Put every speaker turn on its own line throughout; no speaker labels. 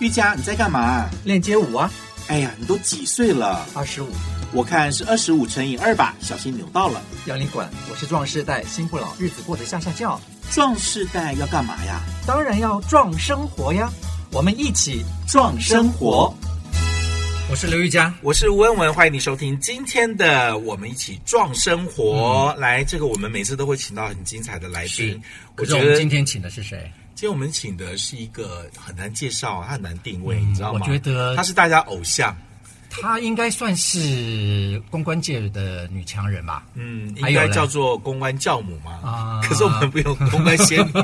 玉佳，你在干嘛？
练街舞啊，
哎呀，你都几岁了？
二十五，
我看是二十五乘以二吧，小心扭到了。
要你管！我是壮世代，心不老，日子过得下下叫，
壮世代要干嘛呀？
当然要壮生活呀。我们一起，
壮生活。
我是刘玉佳，
我是温文，欢迎你收听今天的《我们一起壮生活》。来，这个我们每次都会请到很精彩的来宾
嗯是。
我
可
觉
是
得
我们今天请的是谁？
今天我们请的是一个很难介绍，他很难定位，
嗯
你知道吗？
我觉得
他是大家偶像，
她应该算是公关界的女强人吧？
嗯，应
还有
该
嘞
叫做公关教母嘛。
啊
可是我们不用公关仙 女，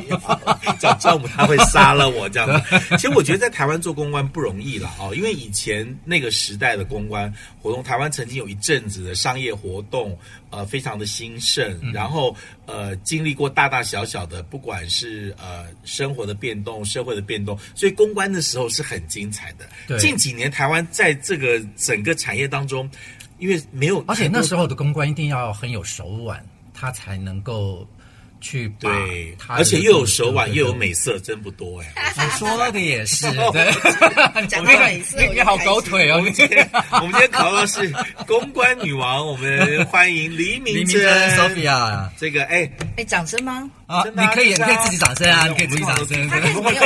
叫教母他会杀了我这样子。其实我觉得在台湾做公关不容易了哦，因为以前那个时代的公关活动，台湾曾经有一阵子的商业活动，呃，非常的兴盛，
嗯
然后呃，经历过大大小小的，不管是呃生活的变动、社会的变动，所以公关的时候是很精彩的。
对
近几年台湾在这个整个产业当中。因为没有，
而且那时
候。
候的公关一定要很有手腕，她才能够去把
对，
她的
而且又有手腕
对
又有，美色，真不多哎、
对对你说的也 是，
你
对，
讲到美色
你你你好
我就开心
狗腿哦，你
我们今天考到是公关女王，我们欢迎黎
黎
明
明
珍
真 Sophia
这个哎，
哎，掌声吗？
啊，
真的
你
啊
可以，你
真的啊
可以自己掌声啊，你可以自己掌声，对
他可以
对
我
没
们
有，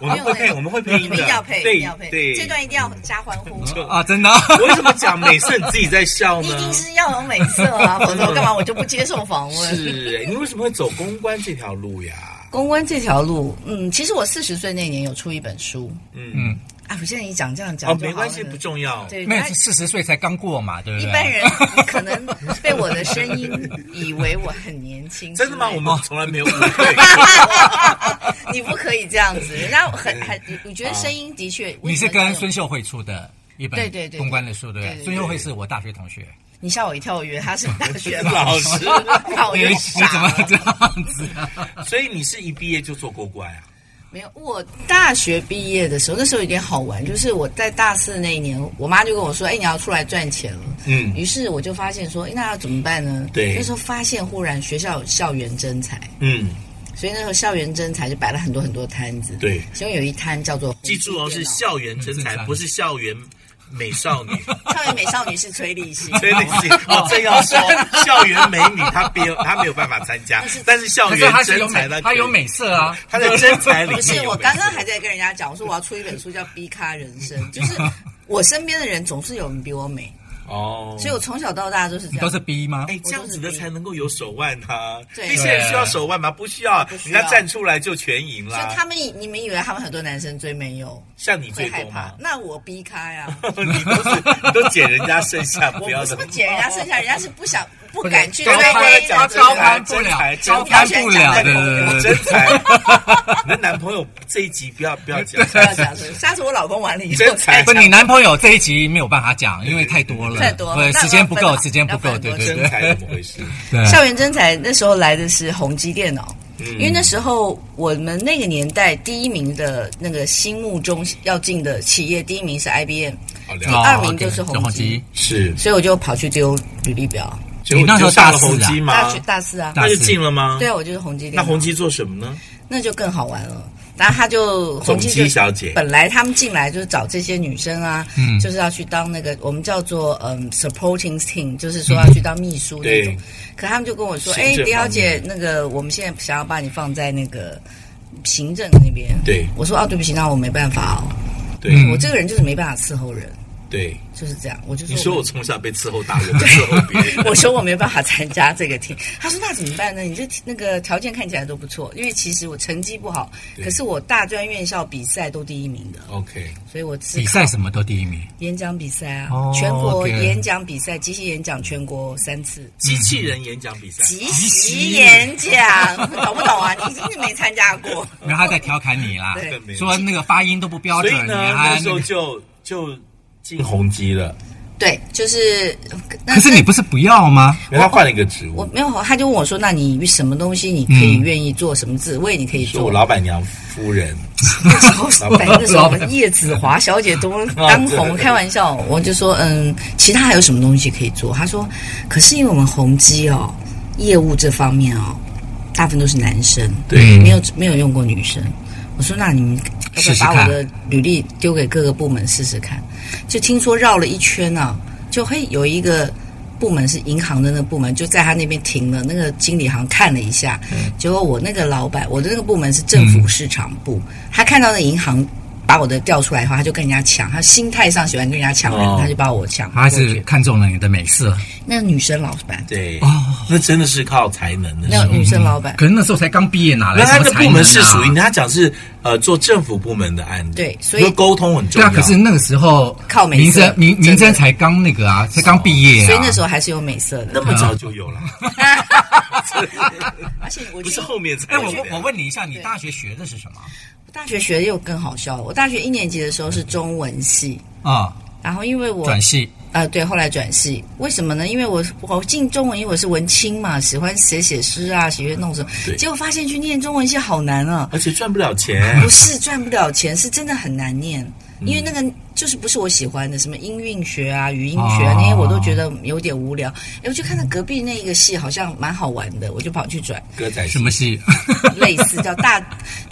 我们会
没
配，
有哎
我们会配
你
音
们
的，
要配，一
对
定要配，
对，嗯
这段一定要加欢呼。
错
啊，真的啊，
我为什么讲美色，你自己在笑
你
呢
一？定是要有美色 啊，否则我干嘛我就不接受访问？
是哎，你为什么会走公关这条路呀？
公关这条路，嗯，其实我四十岁那年有出一本书
嗯，
嗯，
啊，我现在一讲这样讲
哦，
就
没
好
关系，
了
不重要。
对，
没有
哎
四十岁才刚过嘛，
啊
对不
一
对？
般人可能被我的声 音以为我很年轻，
真的吗？
之类
我
哦
们从来没有误 会。
你不可以这样子，人家很很，我
啊
觉得声音的确，
你是跟孙秀慧出的一本
对对对
公关的书，对不
对对
对？
对
孙秀慧是我大学同学，
你吓我一跳，我以为他是大学老
老师，
把我
你
又
你
傻
怎么
了。
这样子啊？
所以你是一毕业就做公关啊？
没有，我大学毕业的时候，那时候有点好玩，就是我在大四那一年，我妈就跟我说：“哎，你要出来赚钱了。”
嗯，
于是我就发现说：“哎，那要怎么办呢？”
对
那时候发现忽然学校有校园征才，
嗯，
所以那时候校园征才就摆了很多很多摊子。，
对。
其中有一摊叫做
记住哦，是
校
校园真才，
嗯
不是校园美少女。
校园美少女是崔丽欣，
所以那些
哦
我正要说，校园美女她没有她没有办法参加，但是校
可
园
是他是有
真才
美
她，
他
可以
有，美色啊，
她在真才里
不
面
是，
有
我
美
刚刚还在跟人家讲，我说我要出一本书叫《B 咖人 生》，就是我身边的人总是有人比我美，
哦，
所以我从小到大都是 这
你
样
都。是 B 吗？
哎，这样子的才能够有手腕啊！
对啊
那些人需要手腕吗？不需要，
不需
人
要
家站出来就全赢
所以
啦
他。们以，你们以为他们很多男生追没有
像你
会
最
害
多
怕
吗？？
那我 B 咖呀，
你都是你都捡人家剩下，
我
不要
不是
怎
不
么
捡人家剩下，人家是不想不
不是
敢去
高
刚刚
攀
在
追
讲这个
他高
的。
攀不了
真才，
高攀不了，
真才真
对对对对。
才， 你的男朋友这一集不要不要讲，
不要讲出去，下次我老公完了以后
真才
才
不，你男朋友这一集没有办法讲，因为太多了，
太多了
对，
那
时间不
要
够，
分
时间不
要
够，
分
对
多
对
真
对
才怎么回事？
对。
校园征才那时候来的是宏基电脑，
嗯
因为那时候我们那个年代第一名的那个心目中要进的企业，第一名是 IBM，
好
第
聊
哦
二名就是
，OK，
宏
红
基，
基，
是，
所以我就跑去丢履历表，
结果
你那时候
就上了
大四
宏基
啊
吗
大？学大四啊，
大
那就
四
进了吗？
对啊，我就是宏基电
那
脑，
宏基做什么呢？
那就更好玩了。然后他就
总
宏基
机
就
小姐，
本来他们进来就是找这些女生啊，
嗯
就是要去当那个我们叫做嗯 supporting team，就是
嗯
说要去当秘书那种
对。
可他们就跟我说，
行
哎，
政
李小
方
姐
面，
那个我们现在想要把你放在那个行政那边。
对
我说哦，对不起，那我没办法哦，
对
嗯
我这个人就是没办法伺候人，
对，
就是这样。我就
你说我
我。
从小被伺候大， 我不伺候别人。
我说我没办法参加这个 team，他说那怎么办呢？你这那个条件看起来都不错，因为其实我成绩不好，
对
可是我大专院校比赛都第一名的，
OK，
所以我自
比赛什么都第一名，
演讲比赛啊，
哦
全国
OK
演讲比赛，即席演讲全国三次，
机器人演讲比赛，
即席演 讲，懂不懂啊？你真的没参加过，
然后他在调侃你啦
对，
没有
说那个发音都不标
哦所
准
以，
你
呢，
还
那时
那
候
个。
就就进宏基了，
对，就是。那
可是你不是不要吗？
然后他换了一个职
我
务，
没有，他就问我说：“那你什么东西你可
嗯
以愿意做，什么职位你可以
说
做
我？”老板娘夫人，
那时候，
板
那时候我们叶子华小姐多当红，开玩笑，我就说：“嗯，其他还有什么东西可以做？”他说：“可是因为我们宏基哦，业务这方面哦，大部分都是男生，
对
嗯
没有没有用过女生。我说那你们要不要
试试
把
看
我的履历丢给各个部门试试看？就听说绕了一圈啊，就嘿有一个部门是银行的那个部门，就在他那边停了。那个经理好像看了一下，
嗯
结果我那个老板，我的那个部门是政府市场部，
嗯
他看到那银行。把我的调出来以后，他就跟人家抢，他心态上喜欢跟人家抢人，
哦
他就把我抢过
他
去。
是看中了你的美色
那个女生老板，
对，
哦
那真的是靠才能的。嗯
那个女生老板，
可是那时候才刚毕业，哪
那
来什
他
么
的
才
部
能
门
啊？
是属于他讲是呃做政府部门的案子，
对所以
因为沟通很重
对
要。
啊，可是那个时候
靠美色
民生民民
真
生
的
才刚那个啊，才刚毕业啊，
所以那时候还是有美色的
嗯
那。么早就有了，
而且我
不
觉
是
得
后面才
啊哎，
有
我
的。
我问你一下，你大学学的是什么
大学学的又更好笑了。我大学一年级的时候是中文系，
啊？
然后因为我
转系
呃对，后来转系，为什么呢？因为我我进中文，因为我是文青嘛，喜欢写写诗啊，喜欢弄什么
对，
结果发现去念中文系好难啊。
而且赚不了钱
不，是赚不了钱，是真的很难念，因为那个就是不是我喜欢的，什么音韵学啊、语音学啊、
哦
那些，我都觉得有点无聊。哎，我就看到隔壁那个系好像蛮好玩的，我就跑去转，
歌仔戏
什么系？
类似叫大，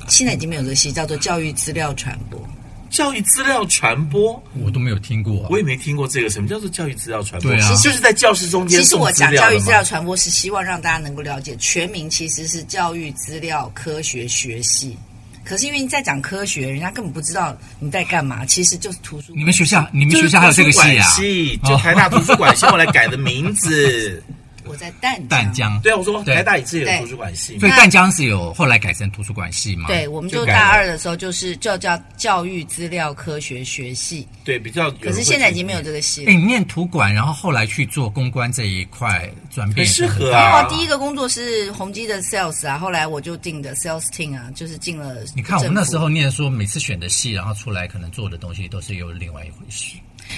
现在已经没有这个系，叫做教育资料传播。
教育资料传播，
我都没有听过。啊
我也没听过这个。什么叫做教育资料传播？
对啊其实
就是在教室中间
其实
送
我
资
讲
料
教育
的嘛
资料传播是希望让大家能够了解，全名其实是教育资料科学学系。可是因为你在讲科学，人家根本不知道你在干嘛，其实就是图书馆。
你们学校，你们
就
学
是
校还有这个
图书馆
系啊？
系就台大图书馆系，后来改的名 字。
我在淡江
淡江，
对啊，我说
对
台大也是有
对
图书馆系嘛
所以淡江是有后来改成图书馆系嘛？
对，，我们
就
就
改
大
了
二的时候就是就叫教育资料科学学系，
对，比较有人会
可
注意。
是现在已经没有这个系了。
哎，你念图管，然后后来去做公关这一块，转变
很适合
因为
啊
我第一个工作是宏基的 sales 啊，后来我就进的 sales team 啊，就是进了。
你看我们那时候，念说，每次选的戏，然后出来可能做的东西都是有另外一回事。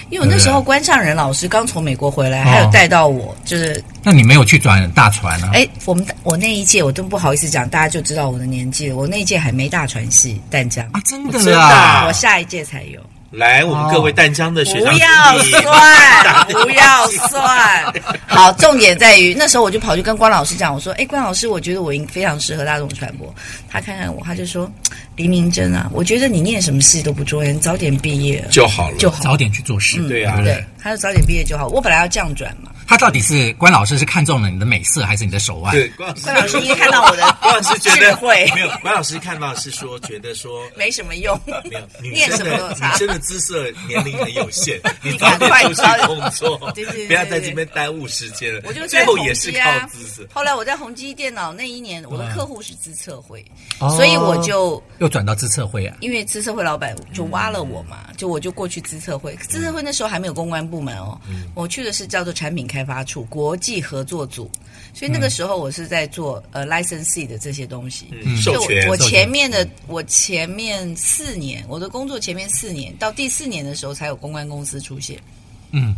因为我那时候关上人老师刚从美国回来，
哦
还有带到我，就是
那你没有去转大船啊？
哎，我们我那一届我真不好意思讲，大家就知道我的年纪了。我那一届还没大传系淡江，
啊，真
真
的
的
啊
啊！
我下一届才有。
来，我们各位淡江的学
哦不
长
要
学弟
算，不要算。好，重点在于那时候我就跑去跟关老师讲，我说：“哎，关老师，我觉得我应非常适合大众传播。”他看看我，他就说：“黎明真啊，我觉得你念什么系都不重要，你早点毕业
就好了，
就好。
早点去做事，
对啊
不
嗯对，他就早点毕业就好。我本来要这样转嘛，
他到底是关老师是看中了你的美色，还是你的手腕？
对，关老师
关老师一看到我的
关老师觉
智
得
慧
没有，关老师看到的是说觉得说。
没什么用，
没有，女
念
生
什么都
的
有
女
差。
生的姿色年龄很有 限，你
你
早
赶
点
快
出去
早
工作，
对对对
不要在
对
这边耽误时间了。
我就
最
在
后
宏
也是
基
靠
啊
姿色。。
后来我在宏基电脑那一年，我的客户是资策会，
嗯哦
所以我就
又转到自测会啊？
因为资策会老板就挖了我嘛，就我就过去资策会。资策会那时候还没有公关部门哦，
嗯
我去的是叫做产品开发处国际合作组，所以
嗯
那个时候我是在做呃 licensee 的这些东西。
嗯授
就我
权
我
授权
前面的我前面四年，我的工作前面四年到第四年的时候才有公关公司出现，
嗯，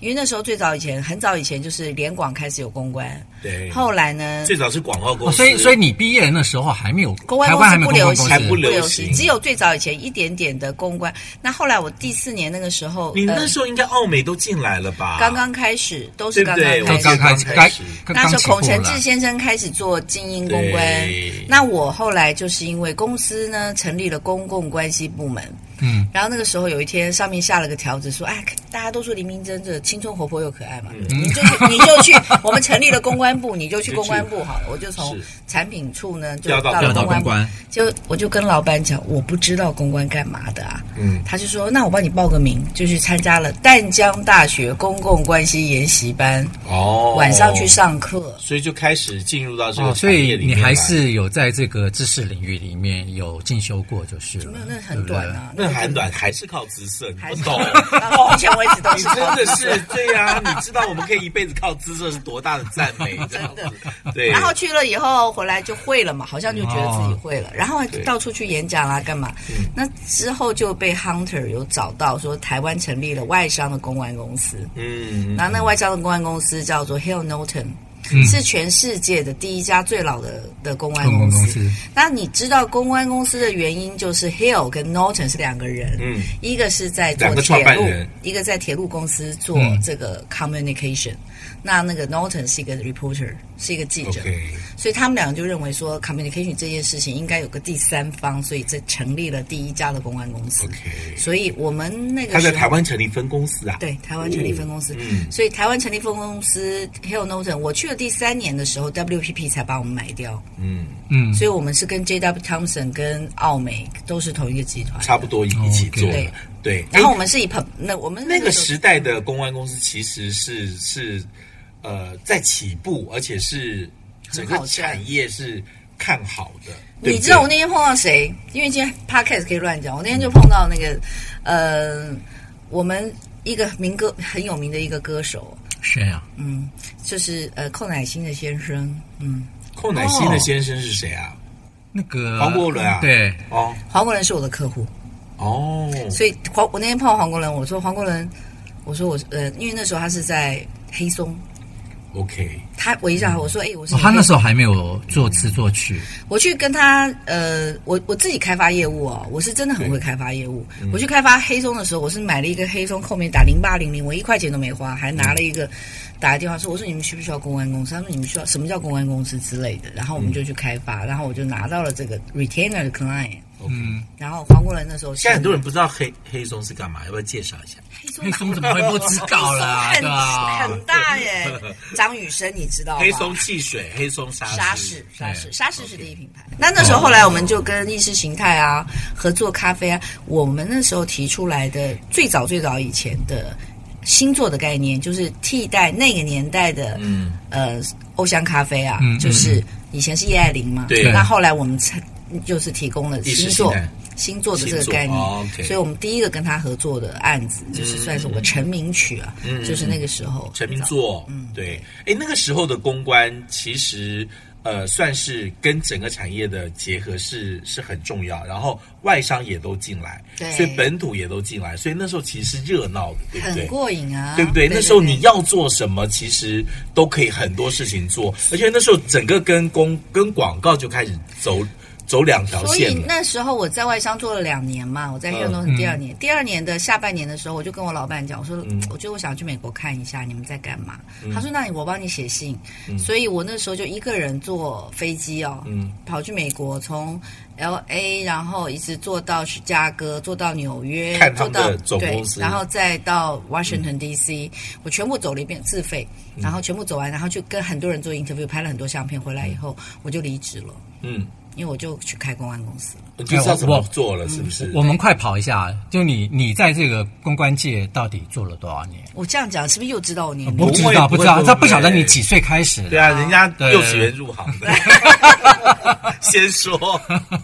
因为那时候最早以前很早以前就是联广开始有公关，
对，
后来呢
最早是广告公
哦
司，
所以所以你毕业的那时候还没有，
公关
台
公
湾还
司
没有公关
不流行，
公
还不
司，
流行
只有最早以前一点点的公关。那后来我第四年那个时候，
你那
呃
时候应该澳美都进来了吧？
刚刚开始，都是
对不
刚
对
刚
我
都
开
记得
刚开
始。
始，
刚
该
开始
刚
那时
起
候
步
孔承
了
志先生开始做精英公关
对，
那我后来就是因为公司呢成立了公共关系部门，
嗯，
然后那个时候有一天上面下了个条子说，哎，大家都说林明真这青春活泼又可爱嘛，你就去你就去，我们成立了公关部，你就去公关部好了，我就从
是
产品处呢就
调到
到
要
了
到
公
公
关部，
关，
就我就跟老板讲，我不知道公关干嘛的啊。
嗯，
他就说，那我帮你报个名，就去参加了淡江大学公共关系研习班，
哦，
晚上去，上课。
所以就开始进入到这
哦，
个
所
产业
以
里
你
面来。
还是有在这个知识领域里面有进修过，就是了
没有，那
对
很
不对
短啊，
那很短，还是靠姿色，你
还
不
是
懂。
到目前为止 都
你
是
真的
靠
是对呀、你知道我们可以一辈子靠姿色是多大的赞美，这样子
真
对。
然后去了以后回来就会了嘛，好像就觉得自己会了，然后到处去演讲啦，干嘛？那之后就被 Hunter 有找到说台湾成立了外商的公关公司，
嗯，
然后那个外交的公关公司叫做 Hill Norton，、是
嗯
全世界的第一家最老的的公关
公关
公司。
公司
那你知道公关公司的原因就是 Hill 跟 Norton 是两个人，
嗯
一个是在做
两个创
铁
办
路
人，嗯
一个在铁路公司做这个 communication，、那那个 Norton 是一个 reporter，是一个记者。
OK，
所以他们两个就认为说，communication 这件事情应该有个第三方，所以这成立了第一家的公关公司。
OK
所以我们那个
他在
时候
台湾成立分公司啊，，
对台湾成立分公司，
嗯
所以台湾成立分公司 Hill Norton，我去了第三年的时候，WPP 才把我们买掉，
嗯，
嗯，
所以我们是跟 JW Thompson 跟奥美都是同一个集团。
差不多一一起
OK
做的，对。
然后
哎
我们是以朋那我们
那个
时候
时代的公关公司其实是是呃在起步，而且是整个
很好赚
产业是看好的。对
你
不
知道
对
我那天碰到谁？因为今天 podcast 可以乱讲，我那天就碰到那个，呃，我们一个民歌很有名的一个歌手，
谁啊？
嗯，就是呃寇乃馨的先生，嗯，
寇乃馨的先生是谁啊？
那个
黄国伦啊
对，
哦
黄国伦是我的客户，
哦，
所以黄我那天碰到黄国伦，我说黄国伦，我说我呃，因为那时候他是在黑松，
OK，
他我一下我说哎、我是
哦
你
他那
客
时候还没有作词作 曲，
我去跟他呃，我我自己开发业务哦，我是真的很会开发业务。
嗯
我去开发黑松的时候，我是买了一个黑松，后面打零八零零，我一块钱都没花，还拿了一
嗯
个打个电话说，我说你们需不需要公关公司？他说你们需要什么叫公关公司之类的。然后
嗯
我们就去开发，然后我就拿到了这个 retainer 的 client。
嗯，
然后黄国伦那时候
现在很多人不知道黑黑松是干嘛，要不要介绍一下？
黑松
黑松怎么会不知道啦？
黑
对
松
吧？
很很大耶，张雨生你知道吗？
黑松汽水、黑松沙
沙士，
嗯
沙士，
对
沙士是第一品牌。那那时
哦
候后来我们就跟意识形态啊、合作咖啡啊，我们那时候提出来的最早最早以前的星座的概念，就是替代那个年代的、
嗯，
呃欧香咖啡啊，
嗯
就是以前是叶爱玲嘛，
对
那后来我们才就是提供了
意识形
星座
态。
星座的这个
星座
概念，
哦，OK
所以我们第一个跟他合作的案子，就是算是我成名曲啊，
嗯
就是那个时候
陈明做，
嗯
对，哎，那个时候的公关其实呃算是跟整个产业的结合是是很重要，然后外商也都进来，
对
所以本土也都进来，所以那时候其实是热闹的，对不
很
对？
过瘾啊，
对不对？那时候你要做什么，其实都可以很多事情做，而且那时候整个跟公跟广告就开始走走两条
所
线
以
了。
那时候我在外商做了两年嘛，我在黑
嗯
龙江是第二年，第二年的下半年的时候，我就跟我老板讲，我说，
嗯
我觉得我想去美国看一下你们在干嘛。他说，那你我帮你写信。所以我那时候就一个人坐飞机哦，
嗯
跑去美国，从 L A，然后一直坐到芝加哥，坐到纽约，
看他
坐
们
到
的总
对
公，司嗯
然后再到 Washington D C，、我全部走了一遍，自费，然后全部走完，然后去跟很多人做 interview，拍了很多相片，回来以后我就离职了。
嗯，
因为我就去开公安公司了。
你就知道怎么做了，是不是？
哎我们快跑一下，就你你在这个公关界到底做了多少年？
我这样讲是不是又知道我年
不
龄？
会
知道，
不
不
会
知道，
不会
他不晓得你几岁开始。
对啊，人家
对
幼稚园入行 的，先说。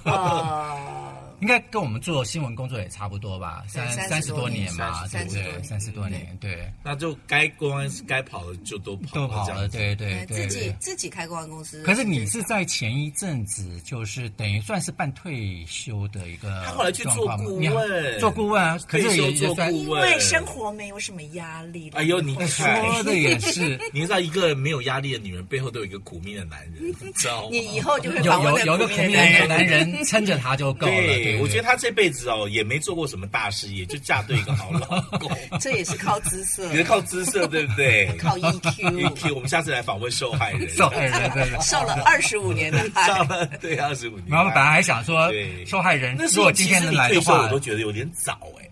啊
呃，
应该跟我们做新闻工作也差不多吧，三
三十
三十
多
多
年
年嘛，对
三
不
十
对？
三
三
十
十
多
多
年
年，对，
那就该公安该跑的就都跑
都跑
这
了，
样子。
对 对
呃哎自
对。
己
对
自己开公安公司。
可是你是在前一阵子，就是等于算是半退休的一个
他后来去做
状况嘛
顾
你好
问
做顾问啊，可是
退休
也也
做
算
顾
因为生活没有什么压力。
哎呦你看
说的也 是。
你知道，一个没有压力的女人背后都有一个苦命的男 人，你知道吗？
你以后就会
有
访问
有
那
有一个
个苦
苦
命
命
的男
的
人。
男人撑着他就够了。对
对，
对，
我觉得
对
他这辈子哦也没做过什么大事业，就嫁对一个好老 公，
这也是靠姿色
也，是靠姿色，对不对？
靠 E
E
EQ，
EQ，我们下次来访问受害人。
受害人对对。
受了二十五年 的
上
害。
了对二十五年。
然后本来还想说
对，
受害人
那时
如
候
果
其
今
实
天
你
能来
退
的
休，我
话
都，觉得有点早哎。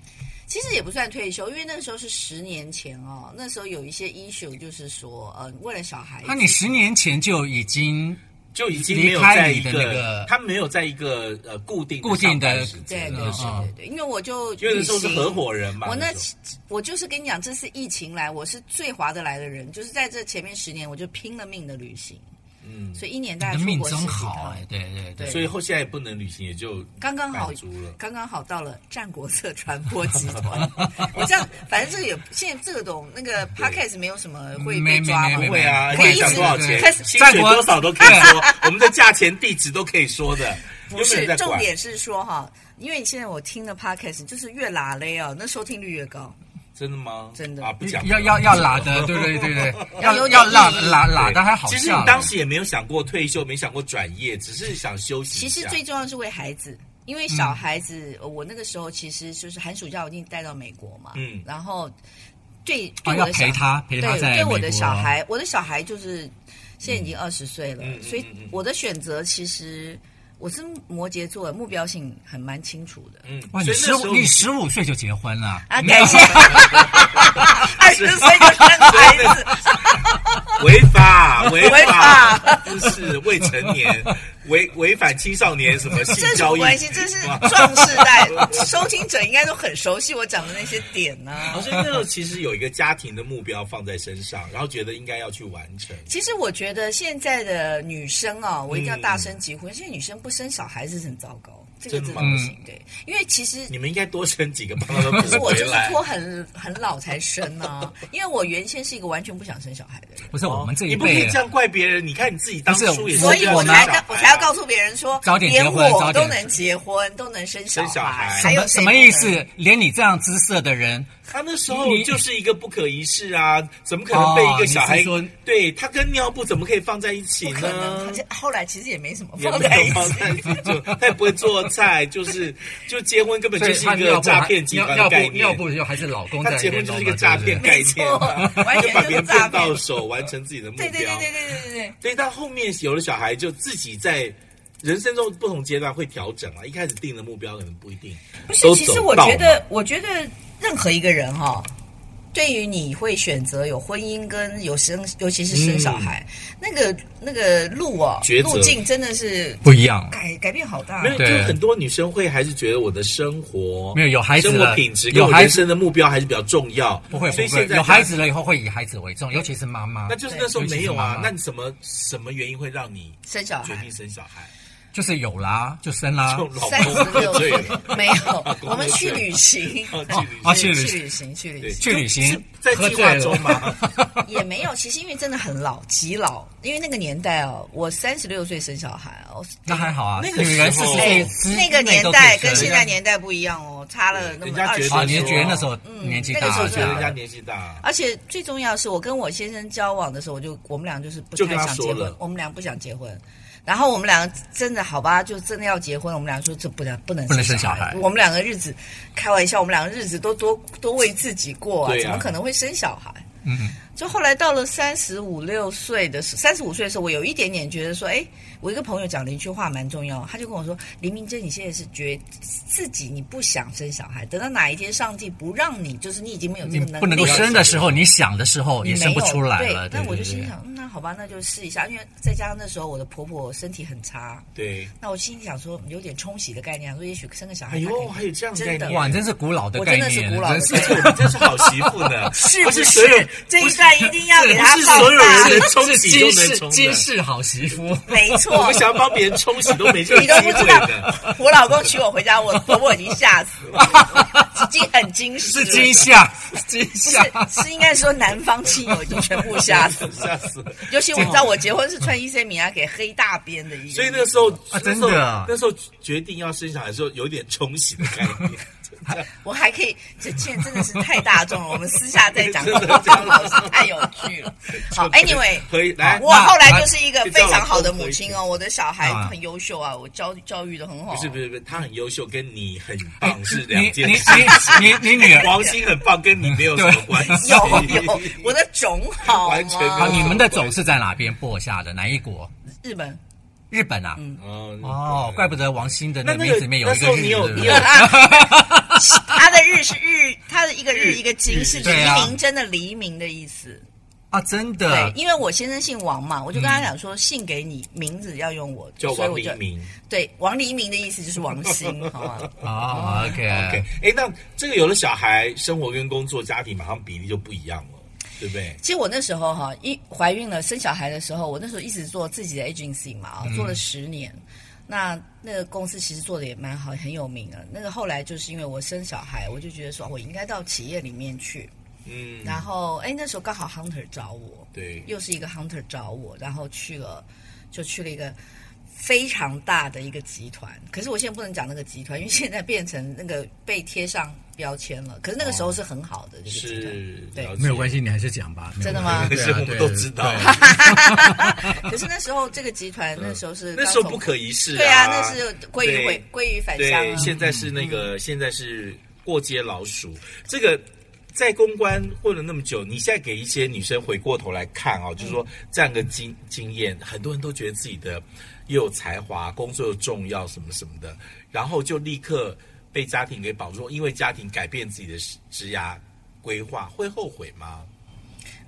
其实也不算退休，因为那个时候是十年前哦，那时候有一些 issue，就是说，呃，为了小孩子。
那你十年前就已经
就已经没有
离开
在一
你
个，
的那个
他没有在一个呃固定
固定的
上班时
对
间
对
了
对
嗯
对对，因为我就
因为那时候是
旅行
合伙人嘛。
我那
时候
我就是跟你讲，这次疫情来，我是最划得来的人，就是在这前面十年，我就拼了命的旅行，
嗯，
所以一年
你
大概
的
出
命
国十几
真好
趟
哎，，对对对
对。
所以后现在也不能旅行，也就
刚刚好
满足了。
刚刚好到了战国策传播集团。 我这样，反正这个也现在这个懂那个 podcast 没有什么会被
没没
抓
没
吗？
没
对啊，
可以
你想
一直
多少钱，
开始
薪水
在国
多少都可以说，我们的价钱、地址都可以说的，又没
不
有
是
人在
重
管。
点是说哈，因为现在我听的 podcast 就是越拉勒啊，那收听率越高，
真的吗？
真的
啊，不讲了
要要要拉的，对对 对对，
要有
要
点
要拉
意义
拉拉啊的还好
其
笑。
实你当时也没有想过退休，没想过转业，只是想休息
其
一
实
下。
最重要是为孩子，因为小孩子，呃我那个时候其实就是寒暑假我一定带到美国嘛，
嗯
然后对
哦
对我
要
的
陪
小
他陪他
对
在
对我
美
的
国哦
小孩，我的小孩就是现在已经二十岁了，所以
嗯嗯嗯
我的选择其实我是摩羯座，目标性很蛮清楚的。
嗯，
哇，
所
你
以
十
那时
五
候
你十五岁就结婚了
啊，感谢， 二十岁就生孩子，
违法，违
违
法
法，
不是未成年，违违反青少年什么性
这是什
交
么
易
关系？这是 壮世代，收听者应该都很熟悉我讲的那些点啊呢、
哦，所以那时候其实有一个家庭的目标放在身上，然后觉得应该要去完成。
其实我觉得现在的女生
嗯
啊，我一定要大声疾呼，现在女生不生小孩子是很糟糕，这个
真的
真的
吗
不行。对，因为其实
你们应该多生几个，帮他们
可是
补
我
回
就是
来。
拖很很老才生 啊，因为我原先是一个完全不想生小孩的人，
不是我们这
哦
一
你不可以
辈啊
这。样怪别人，你看你自己当初也是
所
这
以
样
我
想
才
的
我才要告诉别人说
早，点结
连
婚
我
早
都
点
能结婚，都能生
生小孩
孩，
什
什
还有
么
谁
什么
不
意
能
思？连你这样姿色 的人，
他那时候就是一个不可一世啊，怎么可能被一个小
哦你
孩
是说？
对他跟尿布怎么可以放在一起
不可能，
呢
而？且后来其实也没什么
也
放
没
在一
有放
起。
在一起，就他也不会做菜，就是就结婚根本
所
就
以
是
他
一个
尿布
诈
还
骗集团
尿
的
布
概
尿
念。
布就还是老公
他
在
结
联
婚就
络嘛，
是一个诈骗
对不对
概念啊，
没错完全就是
就把别人
诈
骗
骗
到手，完成自己的目标。
对对对对对对对对。
所以到后面有了小孩，就自己在人生中不同阶段会调整啊。一开始定的目标可能不一定，
不是
都，
其实
走
我
到
觉
嘛
得，我觉得任何一个人哈、对于你会选择有婚姻跟有生，尤其是生小孩，那个那个路哦
嗯抉，择
路径真的是
不一样。
改改变好大
没。有，就
对
很多女生会还是觉得我的生活
没有有孩子
生
了
活品质跟
有
我
孩
人
子
生的目标还是比较重要。
不会，不
所以
会
现在
有孩子了以后会以孩子为重，尤其是妈妈
那，就是那时候没有
尤其是妈
啊
妈。
那你什么什么原因会让你
生小
决
孩
定生小孩？
就是有啦，就生啦
就。老
三十
公喝
六
醉
岁
了，
没有，我们去旅行，
哦去旅行
啊去
去
旅行
旅行去旅
对，
行
去旅行
是在
喝
计
醉
划
了啊
中 嘛。
也没有。其实因为真的很老，极老，因为那个年代哦，我三十六岁生小孩哦，
那还好啊，
那个
女人
时
四
候
十
哎
岁之
那个年
内都可以
代
生
跟现在年代不一样哦，差了那
人
么
家
二
觉
十
得
啊，
说
你是觉得那时候
嗯
年纪
那
大
个时候
我
了，
觉
是
得人家年纪大，
而且最重要的是，我跟我先生交往的时候，我就我们俩就是不
就
太
跟他
想
说
结婚
了，
我们俩不想结婚。然后我们两个真的好吧，就真的要结婚了，我们俩说这不能不能
不能
生
生小孩
我们两个日子，开玩笑，我们两个日子都多多为自己过啊，
对啊
怎么可能会生小孩？
嗯，
就后来到了三十五六岁的时，三十五岁的时候，我有一点点觉得说，哎，我一个朋友讲了一句话蛮重要，他就跟我说，林明珍，你现在是觉自己你不想生小孩，等到哪一天上帝不让你，就是你已经没有这
嗯你
个能力，
不能够
了
生的时候，你想的时候也生不出来了。
对，
对
那我就
对对
心想，嗯，那好吧，那就试一下，因为再加上那时候我的婆婆身体很差，
对，
那我心里想说有点冲洗的概念，想说也许生个小
哎
孩她可以，
呦，还有这样的概
真
念
的
哇，你真是古老的
我
概念，
真
啊
的是古老的
而且我们真是好媳妇呢，
是
不
不
是
是
所有
这一段一定要给她
不 是
放
所有
大，
人能冲
是
洗就
金
能冲
世金
的。
世好媳妇。
没
我
错
们。想要帮别人冲洗都没这个
你
机
都不
会
知道
的。，
我老公娶我回家，我婆婆已经吓死了，已经很惊
是
世了，
惊吓，惊吓！
不是是应该说南方亲友已经全部吓死了。
吓死了！
尤其我知道我结婚是穿伊森米亚啊给黑大边的衣服，
所以那个时候，
啊
那时
真
候
的啊
那时候决定要生小孩的时候，有点冲洗的概 念。
我还可以，这现在真的是太大众了，我们私下再 讲，
真的
老师太有趣了。好，Anyway，
可以来，
我
那
后来就是一个非常好的母亲哦，我的小孩
啊
很优秀啊，我教教育的很好。
不是不是不是，他很优秀，跟你很
哎
棒是
你
两件
你
事。
你你你女儿，
王鑫很棒，跟你没有什么关系。
有 有，我的种好
完全没有
好，啊
吗？
你们的种是在哪边播下的？哪一国？
日本，
日本啊？
嗯
哦
哦，怪不得王心的
那
那个
那个
名字里面有
那
一
时
个
候
日，
你有
对不
你
对
有
啊 他的日是日，他的一个日一个金是黎
对啊
明，真的黎明的意思。
啊，真
对
的，。
因为我先生姓王嘛，我就跟他讲说，姓给你，名字要用我的，
叫
所
嗯
以
王
我
黎
就
明。
对王黎明的意思就是王 心，好吗？
哦
OK，
，OK，
哎，那这个有了小孩，生活跟工作、家庭马上比例就不一样了，对不对？
其实我那时候哈，一怀孕了生小孩的时候，我那时候一直做自己的 agency 嘛，啊，做了十年。那那个公司其实做的也蛮好，很有名的。那个后来就是因为我生小孩，我就觉得说我应该到企业里面去。
嗯，
然后哎，那时候刚好 hunter 找我，
对，
又是一个 hunter 找我，然后去了，就去了一个非常大的一个集团。可是我现在不能讲那个集团，因为现在变成那个被贴上标签了。可是那个时候是很好的、这个集团。
是
对
了解
没有关系，你还是讲吧。
真的吗
可
对啊
是我们都知道，
对啊
可是那时候这个集团那时候是
嗯那
刚
时候
从
不可一世。
对啊，那是鲑鱼
对
回鲑鱼返乡
对，
啊。
现在是那个，现在是过街老鼠。这个在公关混了那么久，你现在给一些女生回过头来看
嗯
哦，就是说这样的经经验，很多人都觉得自己的又有才华，工作又重要什么什么的，然后就立刻被家庭给绑住，因为家庭改变自己的职涯规划，会后悔吗？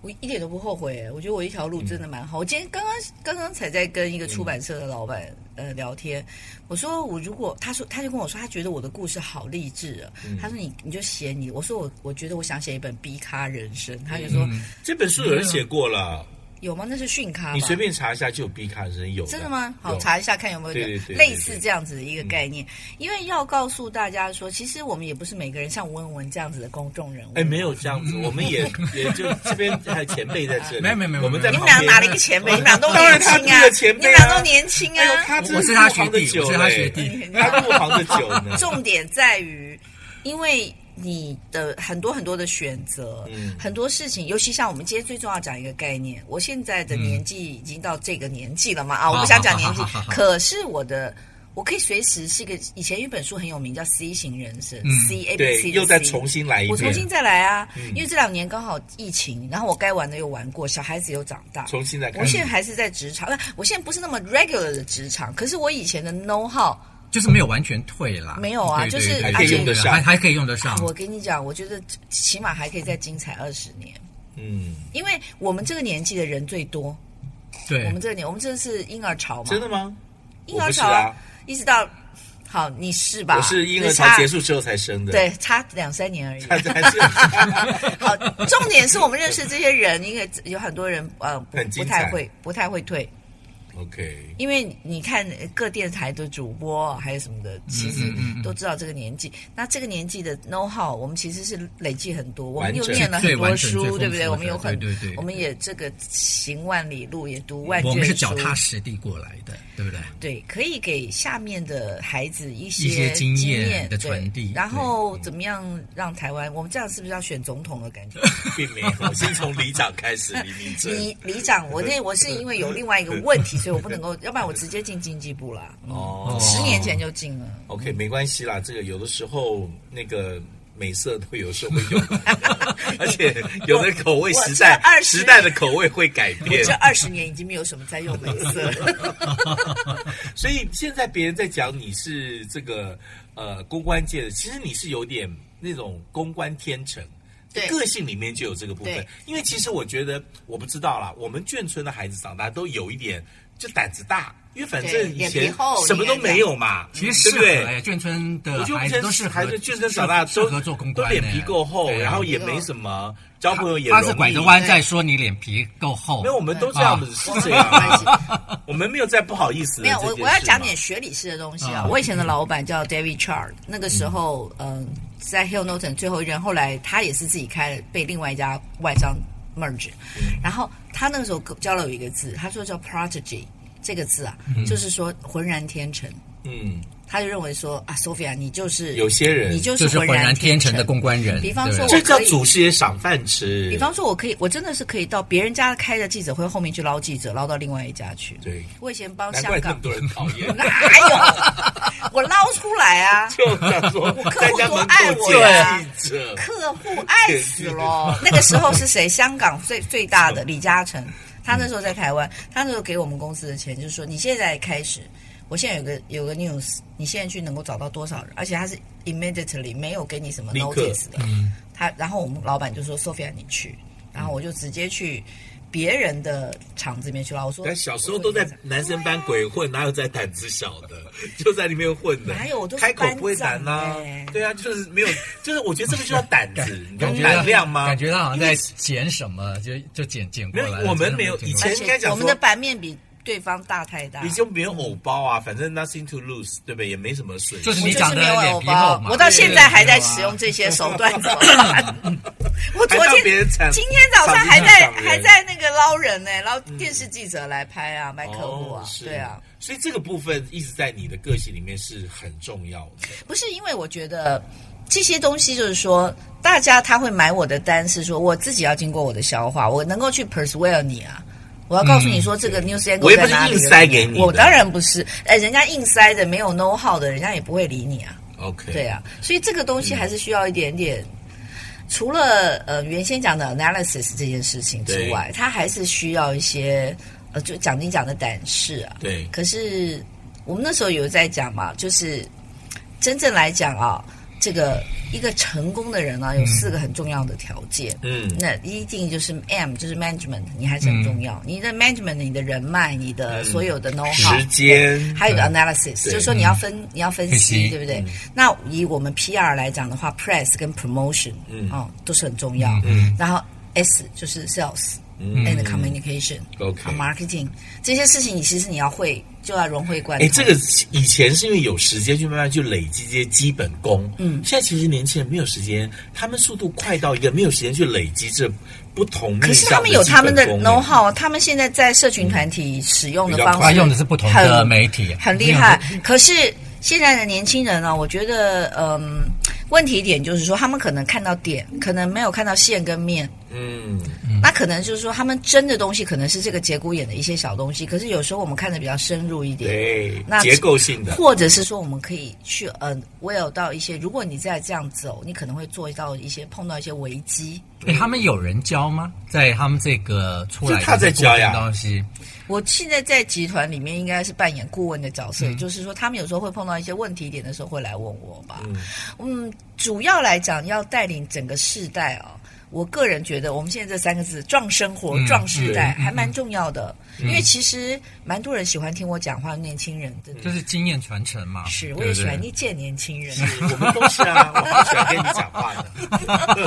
我一点都不后悔，我觉得我一条路真的蛮
嗯
好。我今天刚刚刚刚才在跟一个出版社的老板、呃聊天，我说我如果他说他就跟我说他觉得我的故事好励志啊，
嗯
他说你你就写你，我说我我觉得我想写一本 B 咖人生，他就说、
这本书有人写过
嗯
了，
有吗？那是训咖吧，
嗯你随便查一下就有 B 卡人有
真的吗？好，
有
查一下看有没有
对对对对嗯
类似这样子的一个概念，因为要告诉大家说，其实我们也不是每个人像吴文文这样子的公众人物。
哎，没有这样子，我们 也也就这边还有前辈在这里，
没有没有没有
我们在
你
旁
们俩
边
哪里一 个前辈？你们俩都
哦当然
年
他
轻
第一个前
你
辈啊
们俩都年轻
哎呦，
啊。
他真
我是他
入行的
学弟
久哎
我是他
嘞
学弟
他入行的久 呢。
重点在于，因为你的很多很多的选择，
嗯
很多事情，尤其像我们今天最重要讲一个概念，我现在的年纪已经到这个年纪了嘛、啊，我不想讲年纪
好好好好，好
可是我的。我可以随时是个以前有一本书很有名叫《C 型人生》c A B
对
C，，
又再重新来一遍。
我重新再来啊，因为这两年刚好疫情，然后我该玩的又玩过，小孩子又长大，
重新再开
我
始
现在。还是在职场，呃我现在不是那么 regular 的职场，可是我以前的 know how
就是没有完全退啦，
没有啊
对对
就是
对
还可以
用得上
还还可以用得上。
啊我跟你讲，我觉得起码还可以再精彩二十年，
嗯，
因为我们这个年纪的人最多。
对
我们这个年，我们这是婴儿潮嘛？
真的吗？
婴儿
我
潮
不是啊
一直到好，你是吧？
我是婴儿
你
潮
差
结，束之后才生的。
对，差两三年而已。
他，他还是
好，重点是我们认识这些人，因为有很多人呃不
很精
不
彩
太会不太会退，
OK。
因为你看呃各电台的主播还有什么的，其实
嗯
都知道这个年纪。那这个年纪的 know how，我们其实是累积很多，我们
完
又
整
念了很
最
多
完整最
书，
丰
对不
富
对？
的
我们有很，
对对对
我们也这个行万里路，也读万卷书。
我们是脚踏实地过来的，对不对？
对，可以给下面的孩子一些
一些经
经
验
验
的
对
传递嗯
然后怎么样让台湾？我们这样是不是要选总统的 感觉？
并没有，我先从里长开始，李明哲。
里里长，我 那我是因为有另外一个问题，所以我不能够，要不然我直接进经济部啦。
哦
十年前就进了。
，OK，没关系啦。这个有的时候那个。美色都有时候会 用，而且有的口味时代
我这20
时代的口味会改
我
变
这，二十年已经没有什么在用美色了，
所以现在别人在讲你是这个呃公关界的，其实你是有点那种公关天成，
对
个性里面就有这个部分
对。
因为其实我觉得，我不知道啦，我们眷村的孩子长大都有一点就胆子大，因为反
对
正以
脸皮
前
厚
什么都没有嘛，
其
对
实适
不
合
对
哎，眷村的
我觉得
孩子都适合
孩子眷村长大
适
都
合适合做公
都
关呢，
脸皮够厚，
对啊
然后也没什么交朋友也
他
容
是
易。
拐着弯在说你脸皮够厚，
没有，我们都这样子，是这样
没关系
啊。我们没有在不好意思的
没有
这
我
件
我要
事
讲
嘛
点学理式的东西啊。
啊
我以前的老板叫 David Chard，那个时候嗯、呃在 Hill Norton 最后一任，后来他也是自己开了，被另外一家外商 merge，然后他那个时候教了我一个字，他说叫 prodigy 这个字啊，就是说浑然天成。
嗯，
他就认为说啊，Sophia，你就是
有些人
你就
就是是浑然天成
成
的公关人。
比方
对
说
这
我
叫
可以
祖师爷赏饭吃。
比方说，我可以，我真的是可以到别人家开的记者会后面去捞记者，捞到另外一家去。
对，
我以前帮
难
香
怪那
港。
么，多人讨厌
哪有？ 我捞出来啊！
就想说
客户
在家
多
门
爱
口
我呀
见记者，
客户爱死 咯。那个时候是谁？香港最最大的李嘉诚，他那时候在 台湾，他那时候给我们公司的钱，就是说你现在开始，我现在有个有个 news，你现在去能够找到多少人？而且他是 immediately 没有给你什么
立刻嗯
notice 的。他然后我们老板就说 Sophia 你去，然后我就直接去别人的厂子里面去了。我说
但小时候都在男生班鬼混，哪有在胆子小的？就在里面混的，
哪有我都是
开口不会谈呐、
班长欸
对啊，就是没有，就是我觉得这个就叫胆子，你
感
懂
觉到
胆量吗？
感觉到好像在捡什么，就就捡捡过来
没
了。
有我们
真的
没有
捡过
以
来
前
而
应该
且
讲
我们
说
的版面比对方大太大，
你就没有偶包啊，反正 nothing to lose，对不对？也没什么损失。
就是
我
你
就是
长得
没有
脸
偶
皮厚
包，
嘛
我到现在还在
对
使用这些手段，怎么 办？我昨
啊还让别
天
人惨、
今天早上还在
场地上
还
人
在那个捞人呢、捞电视记者来拍啊，卖客户啊
哦，是
对啊，
所以这个部分一直在你的个性里面是很重要的。
不是因为我觉得这些东西就是说，大家他会买我的单，是说我自己要经过我的消化，我能够去 persuade 你啊。我要告诉你说，这个 news angle
嗯我也不
在
是
哪里
硬塞给你的
我当然不是，哎，人家硬塞的，没有 know how 的，人家也不会理你啊。
OK，
对啊，所以这个东西还是需要一点点。除了呃原先讲的 analysis 这件事情之外，它还是需要一些呃，就讲你讲的胆识啊。
对
可是我们那时候有在讲嘛，就是真正来讲啊，这个一个成功的人啊，有四个很重要的条件。
嗯，
那一定就是 M，就是 management，你还是很重要。你的 management，你的人脉，你的所有的 know how，
嗯时间嗯
还有 analysis，
对嗯
就是说你要分，你要分
分
析，
析
对不对？那以我们 PR 来讲的话，press 跟 promotion，
嗯
哦，都是很重要。
嗯
然后 S 就是 sales
嗯
and communication，
OK
啊 marketing 这些事情，你其实你要会，就要融会贯通。
哎，这个以前是因为有时间去慢慢去累积这些基本功，
嗯
现在其实年轻人没有时间，他们速度快到一个没有时间去累积这不同
可
面
是
向
他们有
基
他们的
本功嗯
know how，他们现在在社群团体使用的
比较
方
快
他
式
用的是不同的
很
媒体，啊
很厉害。可是现在的年轻人呢、我觉得，嗯，问题点就是说，他们可能看到点，可能没有看到线跟面。
嗯，
那可能就是说，他们真的东西可能是这个节骨眼的一些小东西，可是有时候我们看的比较深入一点。
对，
那
结构性的，
或者是说，我们可以去嗯 well 到一些，如果你再这样走，你可能会做到一些碰到一些危机。
哎，他们有人教吗？在他们这个出来的
是他在教呀
这个东西，
我现在在集团里面应该是扮演顾问的角色，也就是说他们有时候会碰到一些问题点的时候会来问我吧。嗯，主要来讲要带领整个世代哦。我个人觉得，我们现在这三个字“壮生活”“
嗯
壮世代”
对
还蛮重要的，因为其实蛮多人喜欢听我讲话，年轻人真的
就是经验传承嘛。
是，
嗯对不
我
对
也喜欢一见年 轻人。
我们都是啊，我好喜欢跟你讲话的。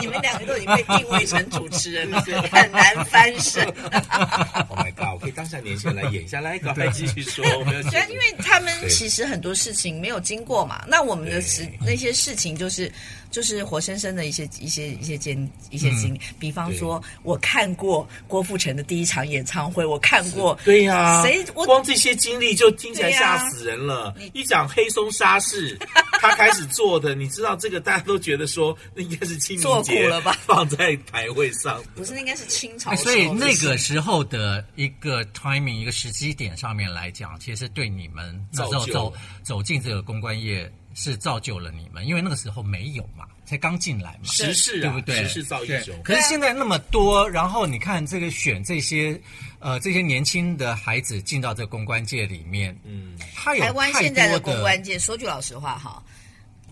你们两个都已经被定位成主持 人了，很难翻身。
Oh my god！我可以当下年轻人来演一下，来，赶快继续说，我们要
对啊，因为他们
对
其实很多事情没有经过嘛。那我们的事那些事情就是就是活生生的一些一些一些经一些
嗯
经历。比方说，我看过郭富城的第一场演唱会，我看过。
对呀、
谁我
光这些经历就听起来
对呀
吓死人了。一讲黑松沙 士，他开始做的，你知道这个大家都觉得说那应该是清明
做
节
苦了吧
放在牌位上。
不是那应该是清朝
哎
的时
所
候，
以那个时候的一个 timing 一个时机点上面来讲，其实对你们那时
造
候
就
走走进这个公关业是造就了你们，因为那个时候没有嘛，才刚进来嘛。
时事
对
啊，
不对？
时事造英雄
对。可是
啊
现在那么多，然后你看这个选这些，呃，这些年轻的孩子进到这个公关界里面，
嗯，
他有
台湾
太
现在
多
的
的
公关界，说句老实话哈，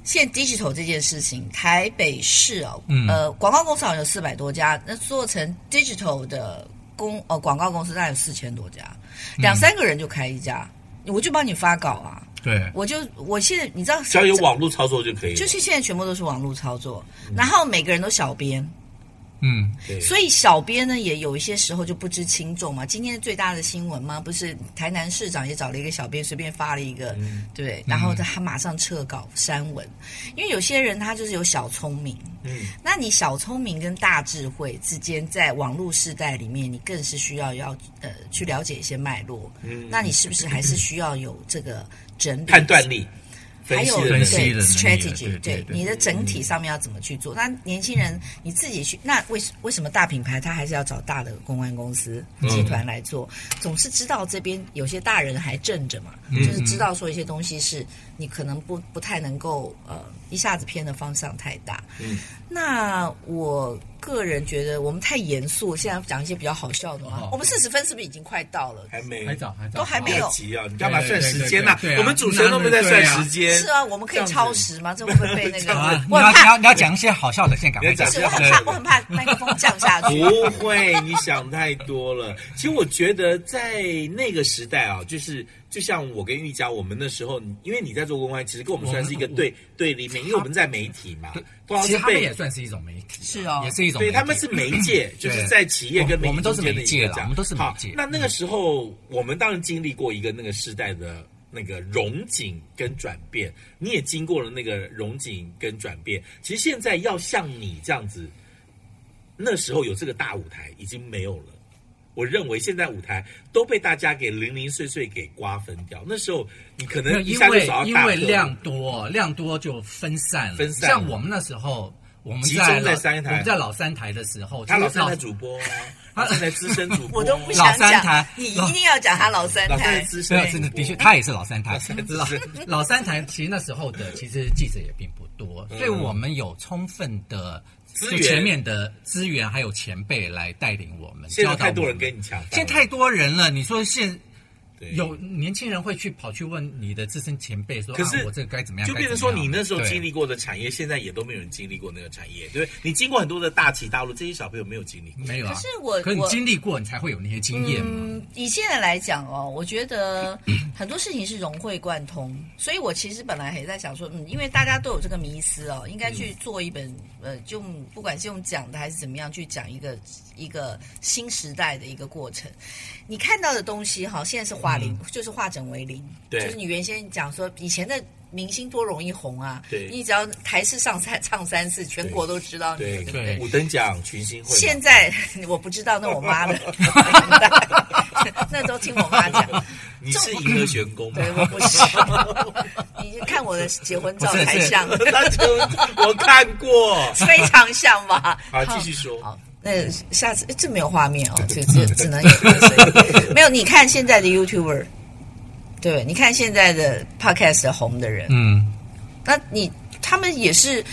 现在 digital 这件事情，台北市哦，
嗯
呃，广告公司好像有四百多家，那做成 digital 的公呃广告公司大概有四千多家，
嗯
两三个人就开一家，我就帮你发稿啊，
对，
我就我现在你知道
只要有网络操作就可以了。
就是现在全部都是网络操作，然后每个人都小编，
嗯，
对
所以小编呢，也有一些时候就不知轻重嘛。今天最大的新闻嘛，不是台南市长也找了一个小编随便发了一个，
嗯
对不对，然后他马上撤稿删文，因为有些人他就是有小聪明，
嗯，
那你小聪明跟大智慧之间，在网络时代里面，你更是需要要呃去了解一些脉络。
嗯
那你是不是还是需要有这个整理
判断力、
还
分析
有
的能
对
力
分析的能力
strategy，
对对对
你的整体上面要怎么去做？那年轻人你自己去，那为为什么大品牌他还是要找大的公关公司集团来做？总是知道这边有些大人还正着嘛，
嗯
就是知道说一些东西是你可能不不太能够呃一下子偏的方向太大。
嗯，
那我个人觉得我们太严肃，现在讲一些比较好笑的嘛。
哦
我们四十分是不是已经快到了？
还没
还早还早，
都还没有
不要急啊！你干嘛
对对
算
对
时
对
间呐
对对？啊
我们主持人都没在算时间。
是啊，我们可以
这样子
超时吗？这会不会被那
这
个
样子
啊？你
我
要
很
你
怕
要你要讲一些好笑的，现在赶快
你要
讲
讲。
是我很怕，我很怕麦克风降下去。
哦
不会，你想太多了。其实我觉得在那个时代啊，就是就像我跟玉佳，我们那时候，因为你在做公关，其实跟我们算是一个对对立面，因为我们在媒体嘛，通常
其
是
实他们
被
也算是一种媒体，
是哦
也是一种媒
对，
体，
他们是媒介， 就是在企业跟媒体
我我们都是媒介啦
了，
我们都是媒
好
介嗯
那那个时候，我们当然经历过一个那个时代的那个荣景跟转变，你也经过了那个荣景跟转变。其实现在要像你这样子，那时候有这个大舞台已经没有了。我认为现在舞台都被大家给零零碎碎给瓜分掉。那时候你可
没有
能一
因
下就
为
找到
因
大
为
客户
量多，量多就分散了。
分散了
像我们那时候，我们
集
在
中在
老
三台
我们在老三台的时候，
他
就是
老三台主播啊，
他
老三台资深主播，
我都不
老
想
三
讲
台，
你
老
一定要讲他老三
老三台
台。
资深主
对啊，
播，
真的，的确，他也是老三 台
三。台
老老三台，其实那时候的其实记者也并不多，所以我们有充分的
嗯资
就
源
前面的资源还有前辈来带领我们。
现在
教导
太多
我
人
们
跟你抢饭了，
现在太多人了。你说现
对
有年轻人会去跑去问你的资深前辈说，
可是、
啊、我这个该怎么样？
就
该
变成
怎么
说
样
你那时候
啊对
经历过的产业，现在也都没有人经历过那个产业，对不对你经过很多的大起大落，这些小朋友没有经历过。
没有啊？
可是我
可是你
我
经历过，你才会有那些经验嘛。
嗯，以现在来讲哦，我 觉得很多事情是融会贯通，所以我其实本来还在想说，嗯，因为大家都有这个迷思哦，应该去做一本、呃，就不管是用讲的还是怎么样，去讲一个一个新时代的一个过程。你看到的东西哈，现在是化零，就是化整为零，
嗯对
就是你原先讲说以前的。明星多容易红啊！
对
你只要台式上三唱三次，全国都知道你，
对
对不
嗯对
五等奖群星会嘛，
现在 我不知道，那我妈的， 那都听我妈讲。
你是银河员工吗？
对，我不是。你看我的结婚照
不是
太像，
那 就我看过。
非常像吧？
好，继续说。
好，那下次诶这没有画面哦，这这只能有声音。没有，你看现在的 YouTuber，对，你看现在的 Podcast 的红的人，
嗯，
那你他们也是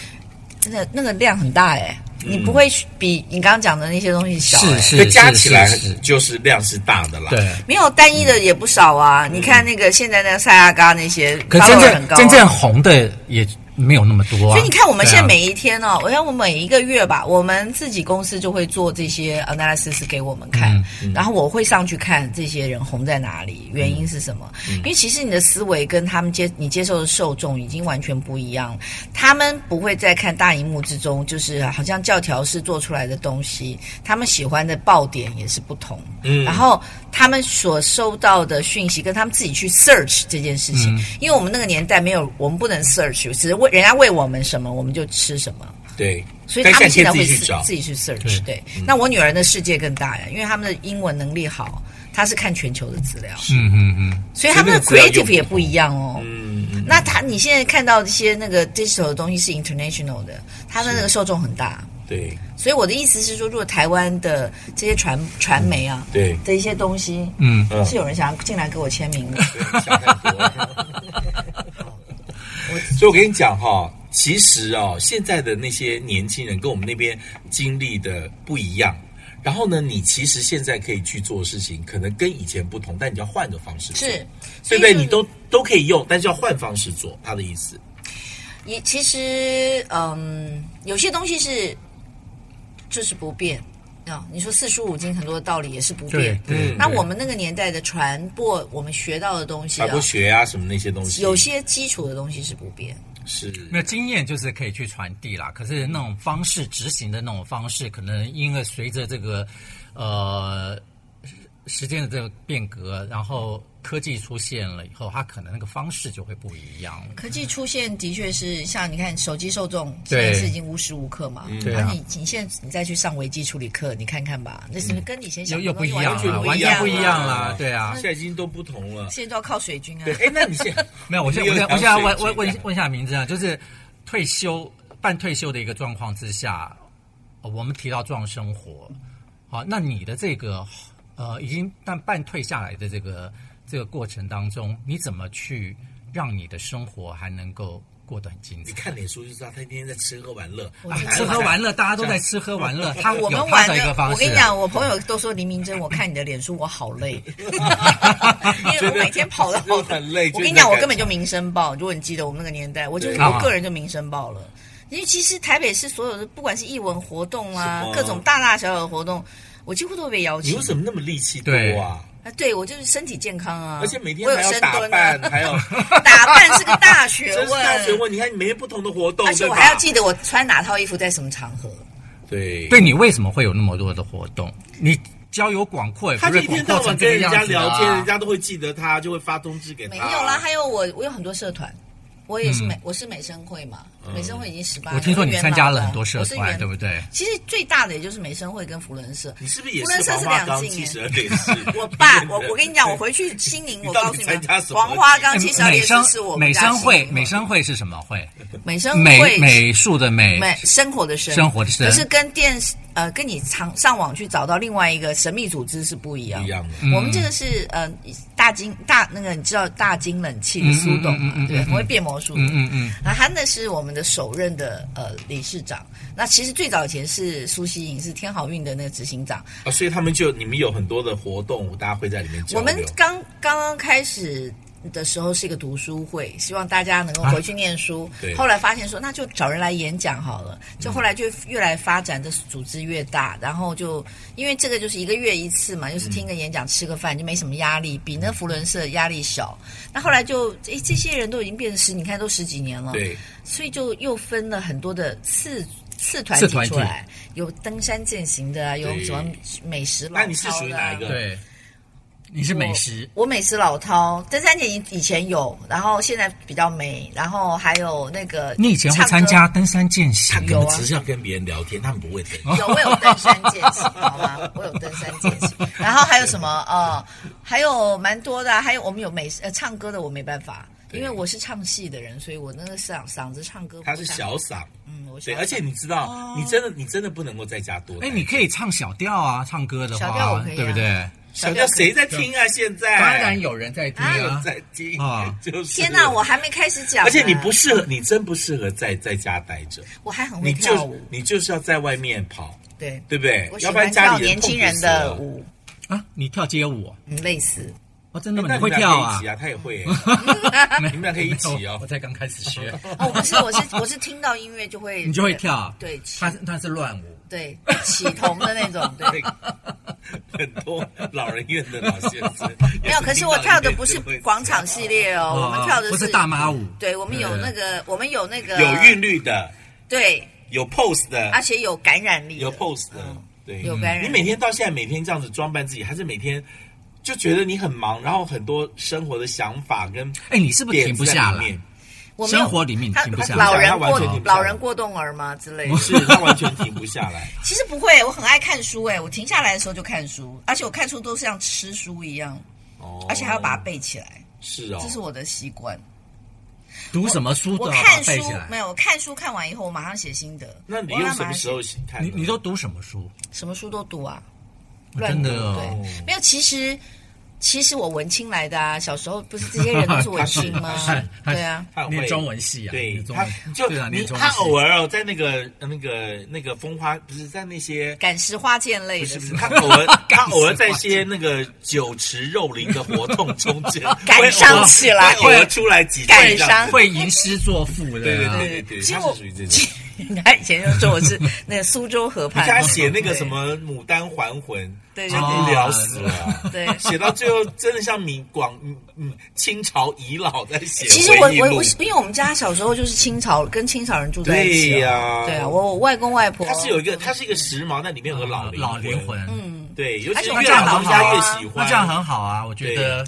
真的那个量很大哎、你不会比你刚刚讲的那些东西小、哎
是是
这加起来
是是
就是量是大的啦。
对。
没有单一的也不少啊。你看那个现在那个塞亚嘎那些，
可
发
真
文
正
很高啊、
真正红的也没有那么多啊。
所以你看，我们现在
对啊
每一天哦，我想我每一个月吧，我们自己公司就会做这些呃 analysis 给我们看，然后我会上去看这些人红在哪里，原因是什么？因为其实你的思维跟他们接你接受的受众已经完全不一样了，他们不会再看大荧幕之中，就是好像教条式做出来的东西，他们喜欢的爆点也是不同，
嗯
然后他们所收到的讯息跟他们自己去 search 这件事
嗯
情，因为我们那个年代没有，我们不能 search，只是为人家喂我们什么，我们就吃什么。
对，
所以
但
他们
现
现在
自
会
己去
自
找嗯
自。己去
对
search 对。那我女儿的世界更大呀，因为他们的英文能力好，她是看全球的资料，
嗯嗯嗯，
所以他们的
所以那个资料用
creative 也不一样哦。
嗯，嗯
那他你现在看到这些那个 digital 的东西是 international 的，他的那个受众很大。
对
所以我的意思是说，如果台湾的这些传传媒啊
嗯对，
的一些东西，
嗯，
嗯
是有人想要进来给我签名 的。
对想太多了。 所以我跟你讲哈、其实哦，现在的那些年轻人跟我们那边经历的不一样。然后呢，你其实现在可以去做的事情，可能跟以前不同，但你要换个方式做，
是，
对不
所以
对？
就是
你都都可以用，但是要换方式做，他的意思。
也其实，嗯，有些东西是就是不变啊。你说四书五经很多的道理也是不
对
变。
对。
那
对
我们那个年代的传播，我们学到的东西
传
啊
播，学啊，什么那些东西，
有些基础的东西是不变。
是
那经验就是可以去传递啦，可是那种方式执行的那种方式，可能因为随着这个呃时时间的这个变革，然后科技出现了以后，它可能那个方式就会不一样了。
科技出现的确是像你看手机受众现
对
在是已嗯经无时无刻嘛，
对
然
啊
后你你现在你再去上维基处理课，你看看吧，那是嗯不是跟你以前
又
想
又
的
不
东
一
西
样
全
了，
不
完
一
全
样啊
不一样
了。
啦，对啊
现。在已经都不同了。
现在都要靠水军啊
对，，哎，那你现在
没有，我现
没有
我现我现在
两
问
水这
问问
样
问一下名字啊，就是退休半退休的一个状况之下，呃我们提到壮生活，好，那你的这个呃已经但半退下来的这个这个过程当中，你怎么去让你的生活还能够过得很精
你
彩？
看脸书就知道，他天天在吃喝玩乐，
我
啊
知道
吃喝玩乐，大家都在吃喝玩乐，他
我
有
们
他
玩
的一个方式。
我跟你讲，我朋友都说黎明真，我看你的脸书，我好 累，因为我每天跑的好
真的很啊累
我跟你讲，
就
我
是在
根本就民生报。如果你记得我们那个年代，我就是
对
我个人就民生报了。因为其实台北市所有的，不管是艺文活动啊
什么，
各种大大小小的活动，我几乎都会被邀
你
请
为。什么那么力气多
对
啊？
啊，对我就是身体健康啊，
而且每天
我有
还要
深
打
蹲啊
扮，，还 有
打扮是个大学
真是
问，
大学问，你看你每天不同的活动，
而且
对
我
吧
还要记得我穿哪套衣服，在什么场合。
对
对你为什么会有那么多的活动？你交友广阔，也不
他就
是
一
广
天到
阔
晚
成
跟
这
人
个样
家
子啊
聊天，人家都会记得他，就会发通知给他。
没有啦，还有我，我有很多社团，我也是美，我是美生会嘛，美生会已经十八，
嗯我听说你参加了很多社
我是
团，
元
对不对？
其实最大的也就是美生会跟福伦社。
你是不是也
福伦
是
社
黄
是
花
两
岗
性
七
耶
十二烈士？
我 爸，我我跟你讲，我回去心灵，我
你到底
告诉你
参加
们，
什么
黄花岗七十二
哎嗯美
烈士
生
是我们
美
家
生会
心，灵
美生会是什么会？
美生
美
会
美术的美，
美生活的生，
生活的生
可是跟电视呃，跟你常上网去找到另外一个神秘组织是不一样
不一样的
我
嗯
们这个是呃大金大那个你知道大金冷气的苏董嘛
嗯嗯嗯嗯，
对不对，
嗯
很会变魔术。
嗯嗯嗯，
那他那是我们的首任的呃理事长。那其实最早以前是苏西颖，是天好运的那个执行长。
啊，所以他们就你们有很多的活动，大家会在里面交
我
流。
们刚刚刚开始的时候是一个读书会，希望大家能够回去念书。
啊对嗯
后来发现说，那就找人来演讲好了。就后来就越来发展，这组织越大，然后就因为这个就是一个月一次嘛，就是
嗯
听个演讲、吃个饭，就没什么压力，比那福伦社压力小。那后来就，诶，这些人都已经变成十，你看都十几年了。
对，
所以就又分了很多的次次团
次
体
团体
出来，有登山践行的啊，有
对
什么美食老饕的啊。
那你是属于哪一个
对，你是美食，
我，我美食老饕，登山健以以前有，然后现在比较没，然后还有那个
你以前会
唱歌
参加登山健行
他
有
可
啊
能只是要跟别人聊天，他们不会
哦
等。
有，我有登山健行， 好吗？我有登山健行， 然后还有什么呃，还有蛮多的啊、还有我们有美呃唱歌的，我没办法，
对
因为我是唱戏的人，所以我那个嗓嗓子唱歌不
他是
太好，
小嗓，
嗯，我
对，
小
而且你知道，你真的你真的不能够在家多待。
哎，你可以唱小调啊，唱歌的
小调我
话，
可以啊
对不对？
小调谁在听啊？现在
当然有人在听
没有
啊，
在听
啊
就是
天哪，我还没开始讲呢，
而且你不适合，你真不适合在在家待着，
我还很会
你
跳
就
舞，
你就是要在外面跑，
对，
对不对
我？喜
要不然
欢
家
跳
里痛
年
苦
轻人
死
的
了。
舞，
啊，你跳街舞
嗯，类似。
哦，真
哎
的吗？
那
你会
们俩
跳
可以一
啊
起？啊，他也 会欸。
没
你们俩可以一起哦
我才刚开始学，
哦，不是，我 是我是听到音乐就会，
你就会跳。啊
对起
他是他是乱 舞，
对起童的那种，对。
很多老人院的老先生。
没有，可是我跳的不是广场
戏，
系列哦，我们跳的
不是大妈舞，
对，我们有那个，我们有那个
有韵，律的，
对，
有 pose 的，
而且有感染力的，嗯
有 pose 的，
嗯
对，
啊有感染力。
你每天到现在每天这样子装扮自己，还是每天就觉得你很忙，然后很多生活的想法跟
哎，你是不是停不下
点子在里
来？
面？
我没有
生活里面
他
停不下
来
老人
他完全
过
停不下来
老人过动儿嘛之类 的。
是他完全停不下 来。
其实不会，我很爱看书哎，我停下来的时候就看书，而且我看书都是像吃书一样，
哦，
而且还要把它背起来，
是哦，
这是我的习惯。
读什么书
啊
我
都要把它
看书
背起
没
来。
有，我看书看完以后，我马上写心得。
那你
我
用
让它
什
马
么
上
时候写看
你
呢？
你都读什么书？
什么书都读啊，乱
真
读哎
的 哦，
对，没有。其实其实我文青来的啊，小时候不是这些人都是文青 吗
他是？他是
对啊，
他很会
念中文系啊，
对
念中
他
文
就
对啊，
你
念中文
他
系。
偶尔哦，在那个那个那个风花，不是在那 些
赶石花剑类
不
的
是不
是
是，
吗
他偶尔他
干
偶尔
死
在一
花
些那个酒池肉林的活动中 间
赶
会偶
上
尔
起来
会偶尔出来几句
赶
这样
上
子
会吟诗作赋的啊，
对对对对对，
其实
他
我
是属于这种。
他以前就说我是那个苏州河
你
畔，
看他写那个什么《牡丹还魂》，
对
真
对
无聊死了 啊。
对。
写到最后，真的像民广嗯嗯清朝遗老在 写
其实我
回忆
我
录
我，因为我们家小时候就是清朝跟清朝人住在一起，
对呀、
对啊，我我外公外婆
他是有一个，他是一个时髦，但里面有个老
老灵
魂。
魂，嗯，
对，尤其是
而且
越老东
我们
西
家
他
老
越
啊
喜欢。
那这样很好啊，我觉得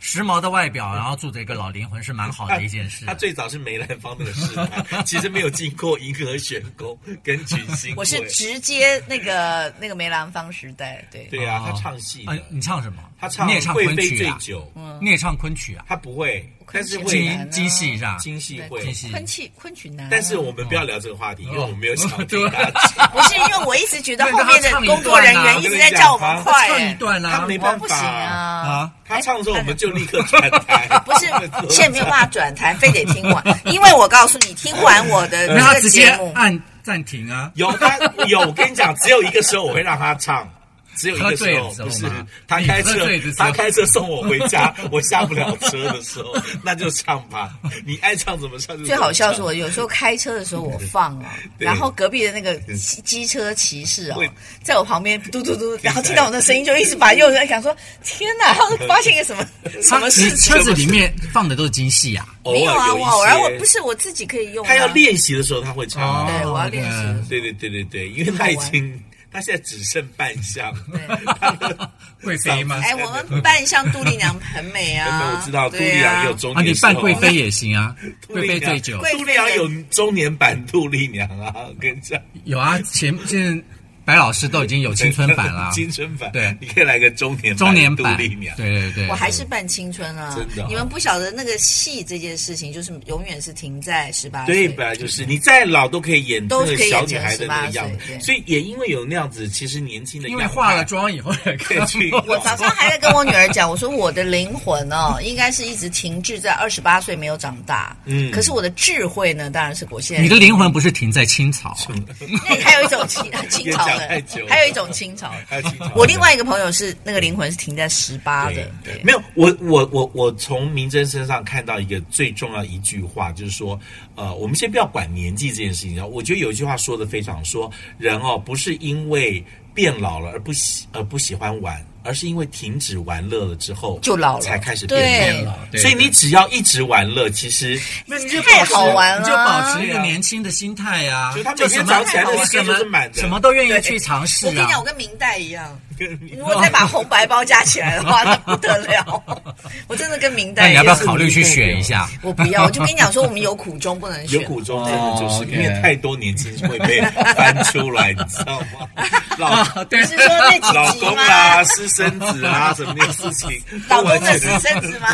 时髦的外表，然后住着一个老灵魂是蛮好的一件事。
他最早是梅兰芳那个时代，其实没有经过银河选购跟群星会。
我是直接那个 那个梅兰芳时代，对
对啊，他唱戏
啊
的，
你唱什么？
他唱
你也唱
贵
昆
妃
曲
醉
啊？
酒，
嗯
你也唱昆曲啊？
他不会，但是
昆曲
会
啊
京京戏是吧？
京戏会。
京戏
昆曲昆曲男啊，
但是我们不要聊这个话
哦
题，因为我们没有想到
对
他
不是因为我一直觉得
对
后面
让他
的
唱一
工作人
段啊
员一直在叫我们快、
唱
哎
一段啊？
他没
我
办
不
法
行啊。
啊？
他唱的时候我们就立刻转台，
不 是， 现在没有办法转台，非得听完，因为我告诉你，听完我的
让他
这个
直接
节目，
按暂停啊？
有他有，我跟你讲，只有一个时候我会让他唱，只有一个时候
喝醉
不
的时
是
候嘛
他开
你喝
车
醉的，时候
他开车送我回家，我下不了车的时候，那就唱吧，你爱唱怎么唱就
最好笑是
我
我有时候开车的时候我放啊，
对
然后隔壁的那个机机车骑士啊
会，
在我旁边嘟嘟嘟，然后听到我那声音就一直把右人想说，天哪，他们发现一个什么什
他
么
你
事情？啊
车子里面放的都是京戏啊？
没
偶尔
啊，
有一
我偶然我
些
不是我自己可以用、
哦
啊，哦
他要练习的时候他会唱啊，
对，我要练习。
对对对对对，因为他已经他现在只剩半项，
贵妃吗？
哎，我们扮像杜丽娘很美
根本
啊，
啊我知道杜
对
丽
啊
娘也有中
啊，
年
你
时候
扮贵妃也行 啊，贵妃醉酒
贵妃
杜丽娘有中年版杜丽娘啊，我跟你讲，，
有啊，前现在白老师都已经有青春版啦
青春版，
对
你可以来个中年版
中年
杜
版，
丽
对
娘，
对对，
我还是扮青春啊！
真的哦
你们不晓得那个戏这件事情，就是永远是停在十八
对，
岁。
本来就是你再老都可以演那
都
个
可以
小
演
女
成
孩的那个
18
样
岁
子，
对
所以也因为有那样子，其实年轻的
因为
样
化
态
了 妆以后也
可以
看
去
不
我 早上还在跟我女儿讲，我说我的灵魂哦， 应该是一直停滞在二十八岁没有长大。
嗯
嗯，可是我的智慧呢，当然是我现在。
你的灵魂不是停在青草，啊
那还有一种清清朝
别讲太久
的，
了
还有一种清朝的。
还有清朝
我另外一个朋友是那个灵魂是停在十八的，对，
没有，我我我我从明真身上看到一个最重要一句话，就是说，呃，我们先不要管年纪这件事情啊，我觉得有一句话说的非常，说人哦不是因为变老了而不喜而不喜欢玩，而是因为停止玩乐了之后
就老了
才开始
对
变老。
对
所以你只要一直玩乐，其实
那你就
太好玩啊了
你就保持一个年轻的心态啊
就是他，每
就
天
什
早
么
起来
那个
心
什
就
么
是满的
什么都愿意去尝试
我跟你
啊
讲，我。跟明代一样，如果再把红白包加起来的话，那不得了。我真的跟明
那
代一
你要
样。
不要考虑去选一下？
我不要，我就跟你讲说，我们有苦衷不能
有
选。
苦衷，真的就是、
哦
因为
OK
太多年轻会被翻出来，你知道吗？ 老
啊，对
你，是说那
老
几集
公
吗
啦、？私生子啊，什么的事情，
老
我
公的私生子吗？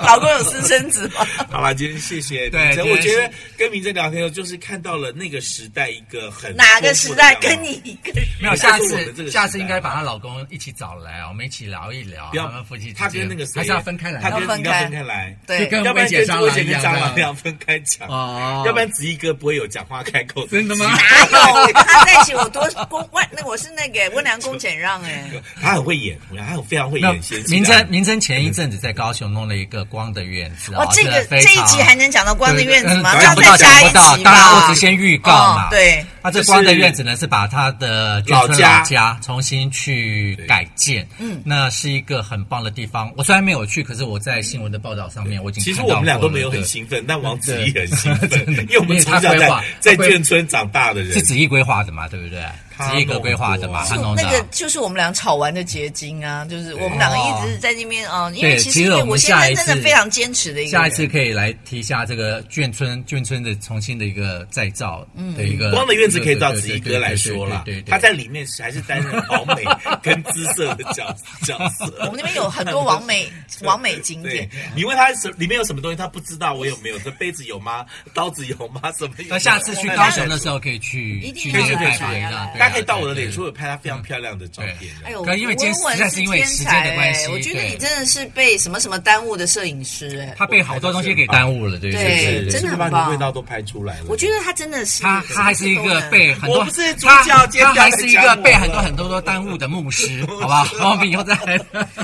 老公有私生子吗？
好啦，今天谢谢
对
明真。
今天
我觉得跟明真聊天，就是看到了那个时代一个很
哪个时代
丰富的样
跟
貌
你一个人？
没有下
这是我们这个
次，
时代啊
下次应该把她老公一起找来啊，我们一起聊一聊
不要
他们夫妻之间
他跟那个谁
还是要分开来
他跟
要分
你
开
要分开来，
对
就，跟
要不然
薇姐
跟
蟑螂
薇姐跟
一样
蟑螂
的
那样分开讲，
哦
要不然子怡哥不会有讲话开口
真的吗
哪有？他在一起我多公万，那我是那个温良恭俭让哎。
他很会演，他很非常会
没有
演先，
明真明真前一阵子在高雄弄了一个光的院子啊
哇，，哦这个
是非
这一
常
集还能讲到光的院子吗？
对
那
对
要
讲不到讲
再加
不到，
一集
当然我
吧
只。先预告嘛。
嗯对，
那这
就是
光的院子呢，是把他的眷村
老家
老家重新去改建，嗯，那是一个很棒的地方。我虽然没有去，可是我在新闻的报道上面我已经
其实
看到
我们俩
过
都
了
没有很
对
兴奋，但王子怡
对
很兴奋
真的，
因为我们从
因
小
为他规
在
划
在
他规
眷村长大的人
是，子毅规划的嘛，对不对？
他
子毅哥规划的嘛，
弄
他
就
弄的
那
啊。
个就是我们俩吵完的结晶啊，就是我们两个一直在那边啊，因为
对
其
其
实
实我们
我先
下一
生
次
真的非常坚持的一个
下一
人，
次可以来提一下这个眷村眷村的重新的一个再造的一个
嗯光的院子可以到
对
子怡
对
哥
对
来
对
说了
呃对对，对
他在里面还是担任好美跟姿色的角 角
我
色
们。那边有很多完美完美景
对
点。，
你问他什里面有什么东西，他不知道我有没有，这杯子有吗？刀子有吗？什么有吗？
那下次去高雄的时候可以去
一定
去
要
那边
来
拜访一
来
下
来，
大家可以到我的
对
脸
对
书有拍他
嗯
非常漂亮的照片。
对
哎呦，
可能因为今天
温文
实在是因为
天
时
才
间的关系
哎我觉得
对
你真的是被什么什么耽误的摄影师哎。
他被好多东西给耽误了，对不
对
对
是，
哎真的
是
很
把你
棒
味道都拍出来了。
我觉得他真的是
他他还是一个被很多，
我不是主
他
角今天
他
不要
还
再
是一
讲
个
我
被
了
很多很多都耽误的牧师，好不 好？我们以后再来。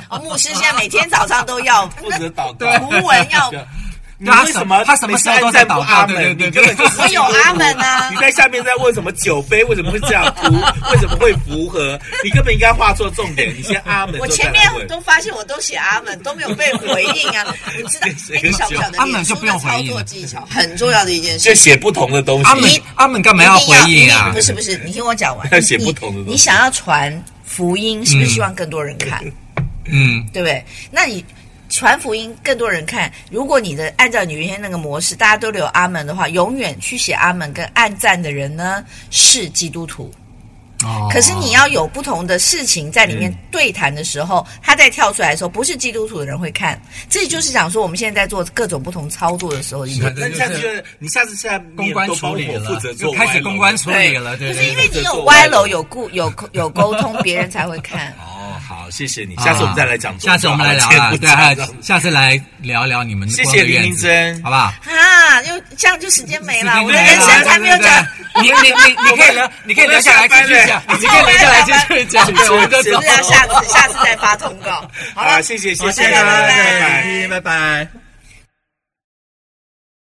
哦，牧师现在每天早上 都要
负责祷告，
图文要。
你为什么
他什么
每次
时候都在
按赞不
祷告
阿
对
门？
对
你
对
根本就是
我有阿门啊
你在下面在问什么酒杯为什么会这样涂，为什么会符合？你根本应该画错重点，你先阿门。
我
之后再来
前面
问
都发现我都写阿门，都没有被回应 啊！你知道，哎，你晓不晓得
阿
脸
门就
书
不
的
用回
操
应
作
了
技巧很重要的一件事
就？写不同的东西。
阿门阿门干嘛要
一定
回应
一定
啊
不？是不 是，你听我讲完。
要写
你
不同的东西
你你想要传福音，是不是希望更多人看？
嗯，
对不对？那你传福音更多人看，如果你的按照你原先那个模式，大家都留阿门的话，永远去写阿门跟按赞的人呢是基督徒。
哦
可是你要有不同的事情在里面
嗯
对谈的时候，他在跳出来的时候，不是基督徒的人会看。这就是讲说我们现在在做各种不同操作的时候，一个
看
那你下次就是你下次下面
公关
都帮
处理
我负
了
责，做
又开始公关处理了，对
就
对对
是因为
对。
你有歪楼，有故有有沟通，别人才会看。
哦，好，谢谢你，下次我们再来讲。
啊下次我们来聊 了，对，
啊，
还有下次来聊聊你们
谢谢
光的院
林
子
珍
好不好？
啊，又这样就时 间没了，我的
对
人生才没有讲。。
啊对对对你你你你可以留，你可以留下来继续讲，你可以留下来继续 讲。对，我就
就
走
是。要下次下次再发通告。好
好啦
了，
谢谢，谢
好
谢，
拜拜
拜拜。
拜拜。